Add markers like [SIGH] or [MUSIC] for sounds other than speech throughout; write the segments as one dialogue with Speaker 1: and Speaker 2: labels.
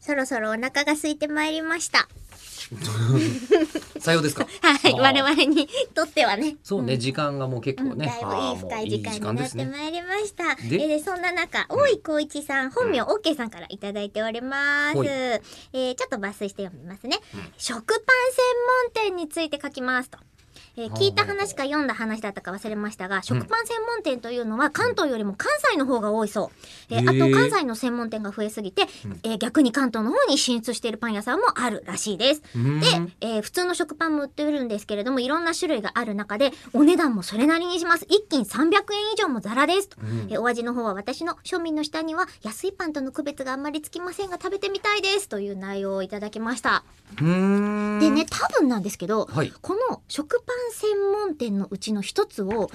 Speaker 1: そろそろお腹が空いてまいりました。
Speaker 2: 採用で
Speaker 1: [LAUGHS]
Speaker 2: すか
Speaker 1: はい。
Speaker 2: あー
Speaker 1: 我々にとってはね。
Speaker 2: そうね、時間がもう結構
Speaker 1: うん
Speaker 2: ね
Speaker 1: だい。ぶ
Speaker 2: あ
Speaker 1: い
Speaker 2: あ
Speaker 1: い
Speaker 2: も
Speaker 1: 深
Speaker 2: う
Speaker 1: い時間になって
Speaker 2: ね。
Speaker 1: まいりました。
Speaker 2: で
Speaker 1: えーそんな中、大井光一さん、本名 OK さんからいただいております。
Speaker 2: はい
Speaker 1: えーちょっと抜粋して読みますね。
Speaker 2: うん
Speaker 1: 食パン専門店について書きますと。えー
Speaker 2: ほう
Speaker 1: 聞いた話か読んだ話だったか忘れましたが、食パン専門店というのは関東よりも関西の方が多いそう。えー
Speaker 2: へ
Speaker 1: あ
Speaker 2: ー
Speaker 1: と関西の専門店が増えすぎて、えー逆に関東の方に進出しているパン屋さんもあるらしいです。で
Speaker 2: うーん、
Speaker 1: えー普通の食パンも売ってるんですけれどもいろんな種類がある中でお値段もそれなりにします一斤300円以上もザラですと、
Speaker 2: うん
Speaker 1: えーお味の方は私の庶民の下には安いパンとの区別があんまりつきませんが食べてみたいですという内容をいただきました
Speaker 2: うーん
Speaker 1: でね多分なんですけど、
Speaker 2: はい
Speaker 1: この食パン専門店のうちの一つを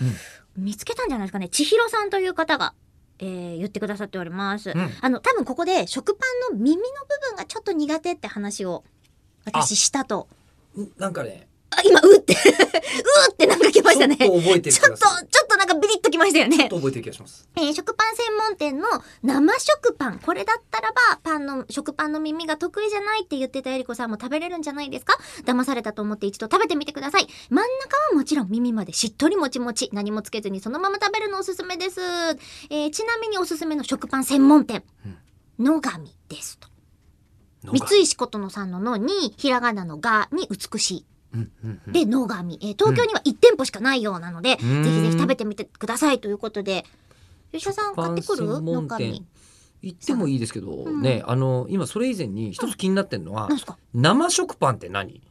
Speaker 1: 見つけたんじゃないですかね千尋さんという方が、えー言ってくださっております、
Speaker 2: ん
Speaker 1: あの多分ここで食パンの耳の部分がちょっと苦手って話を私したと
Speaker 2: うんなんかね、
Speaker 1: あ、今、うって、 [LAUGHS] うってなんか来ましたね。
Speaker 2: ち
Speaker 1: ち
Speaker 2: ょ
Speaker 1: ょ
Speaker 2: っ
Speaker 1: っ
Speaker 2: と覚え
Speaker 1: と、ち
Speaker 2: てる気がする
Speaker 1: ょっとなんかビリッときましたよ
Speaker 2: ちょ
Speaker 1: ね
Speaker 2: っ。と覚えてる気がします。
Speaker 1: えー食パン専門店の生食パン。これだったらば、パンの、食パンの耳が得意じゃないって言ってたえりこさんも食べれるんじゃないですか騙されたと思って一度食べてみてください。真ん中はもちろん耳までしっとりもちもち。何もつけずにそのまま食べるのおすすめです。えーちなみにおすすめの食パン専門店。野上ですと。
Speaker 2: の
Speaker 1: 三
Speaker 2: が
Speaker 1: 石琴乃さんののに、ひらがなのがに美しい。
Speaker 2: うんうんうん
Speaker 1: で野上、えー東京には1店舗しかないようなので、
Speaker 2: うん
Speaker 1: ぜひぜひ食べてみてくださいということで吉田さん買ってくる
Speaker 2: 食パン
Speaker 1: 野
Speaker 2: 専門
Speaker 1: 上
Speaker 2: 店行ってもいいですけど、
Speaker 1: ん
Speaker 2: ね、あの、今それ以前に一つ気になってるのは
Speaker 1: なん、すか
Speaker 2: 生食パンって何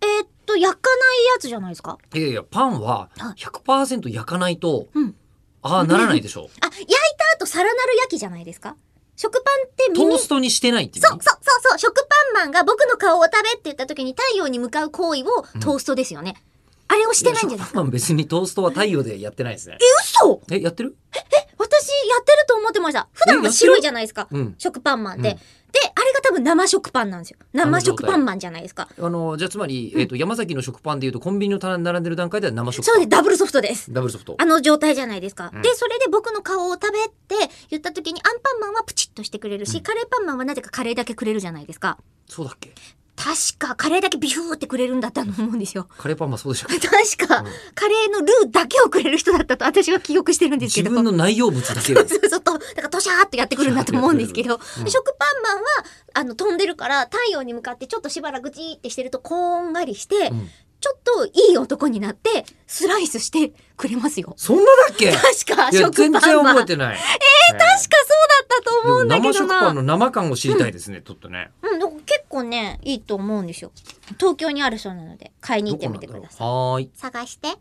Speaker 1: えーっと焼かないやつじゃないですか
Speaker 2: いやいや、パンは
Speaker 1: はい
Speaker 2: 100%焼かないと、
Speaker 1: うん
Speaker 2: ああ、ならないでしょ。
Speaker 1: あ焼いた後さらなる焼きじゃないですか食パンって
Speaker 2: ト
Speaker 1: 耳
Speaker 2: ー
Speaker 1: そう
Speaker 2: ストにしてないっていう意
Speaker 1: そう
Speaker 2: 味。
Speaker 1: そうそう食パンマンが僕の顔を食べって言った時に太陽に向かう行為をトーストですよね、あれをしてないんじゃない
Speaker 2: や
Speaker 1: です
Speaker 2: 食
Speaker 1: か
Speaker 2: パン別にトーストは太陽でやってないですね。
Speaker 1: 嘘
Speaker 2: え、やってる
Speaker 1: 私やってると思ってました普段は白いじゃないですか
Speaker 2: うん。
Speaker 1: 食パンマンで、
Speaker 2: うん
Speaker 1: であれが多分生食パンなんですよ生食
Speaker 2: あの状態
Speaker 1: パンマンじゃないですか
Speaker 2: あの、じゃあつまり、えっと、山崎の食パンでいうと、コンビニの棚に並んでる段階では生食
Speaker 1: そう
Speaker 2: パ
Speaker 1: で
Speaker 2: ン。
Speaker 1: ダブルソフトです。
Speaker 2: ダブルソフト。
Speaker 1: あの状態じゃないですか。
Speaker 2: うん
Speaker 1: で、それで僕の顔を食べって言った時にアンパンマンはプチッとしてくれるし、カレーパンマンはなぜかカレーだけくれるじゃないですか。
Speaker 2: そうだっけ
Speaker 1: 確かカレーだけビューってくれるんだったと思うんです
Speaker 2: [LAUGHS]
Speaker 1: よ。
Speaker 2: カレーパンマンそうでしたっけ
Speaker 1: 確か、カレーのルーだけをくれる人だったと私は記憶してるんですけ
Speaker 2: 自
Speaker 1: ど。
Speaker 2: 分の内容物だけを。
Speaker 1: [LAUGHS] そうそうと、だからトシャーっとやってくるんだと思うんですけど、食パンマンは、あの、飛んでるから、太陽に向かってちょっとしばらくじーってしてると、こんがりして、
Speaker 2: ん
Speaker 1: ちょっといい男になって、スライスしてくれますよ。
Speaker 2: そんなだっけ
Speaker 1: 確か、
Speaker 2: いや、
Speaker 1: 食パン
Speaker 2: 全然
Speaker 1: マン。確かそうだ
Speaker 2: 覚
Speaker 1: っ
Speaker 2: えてない。ええ、確か
Speaker 1: たと思うんだ
Speaker 2: 生
Speaker 1: けど
Speaker 2: 食パ
Speaker 1: な。
Speaker 2: ンの生感を知りたいですね、ちょっとね。
Speaker 1: うん、なんか結構ね、いいと思うんですよ。東京にあるそうなので、買いに行ってみてください。
Speaker 2: はーい。
Speaker 1: 探して。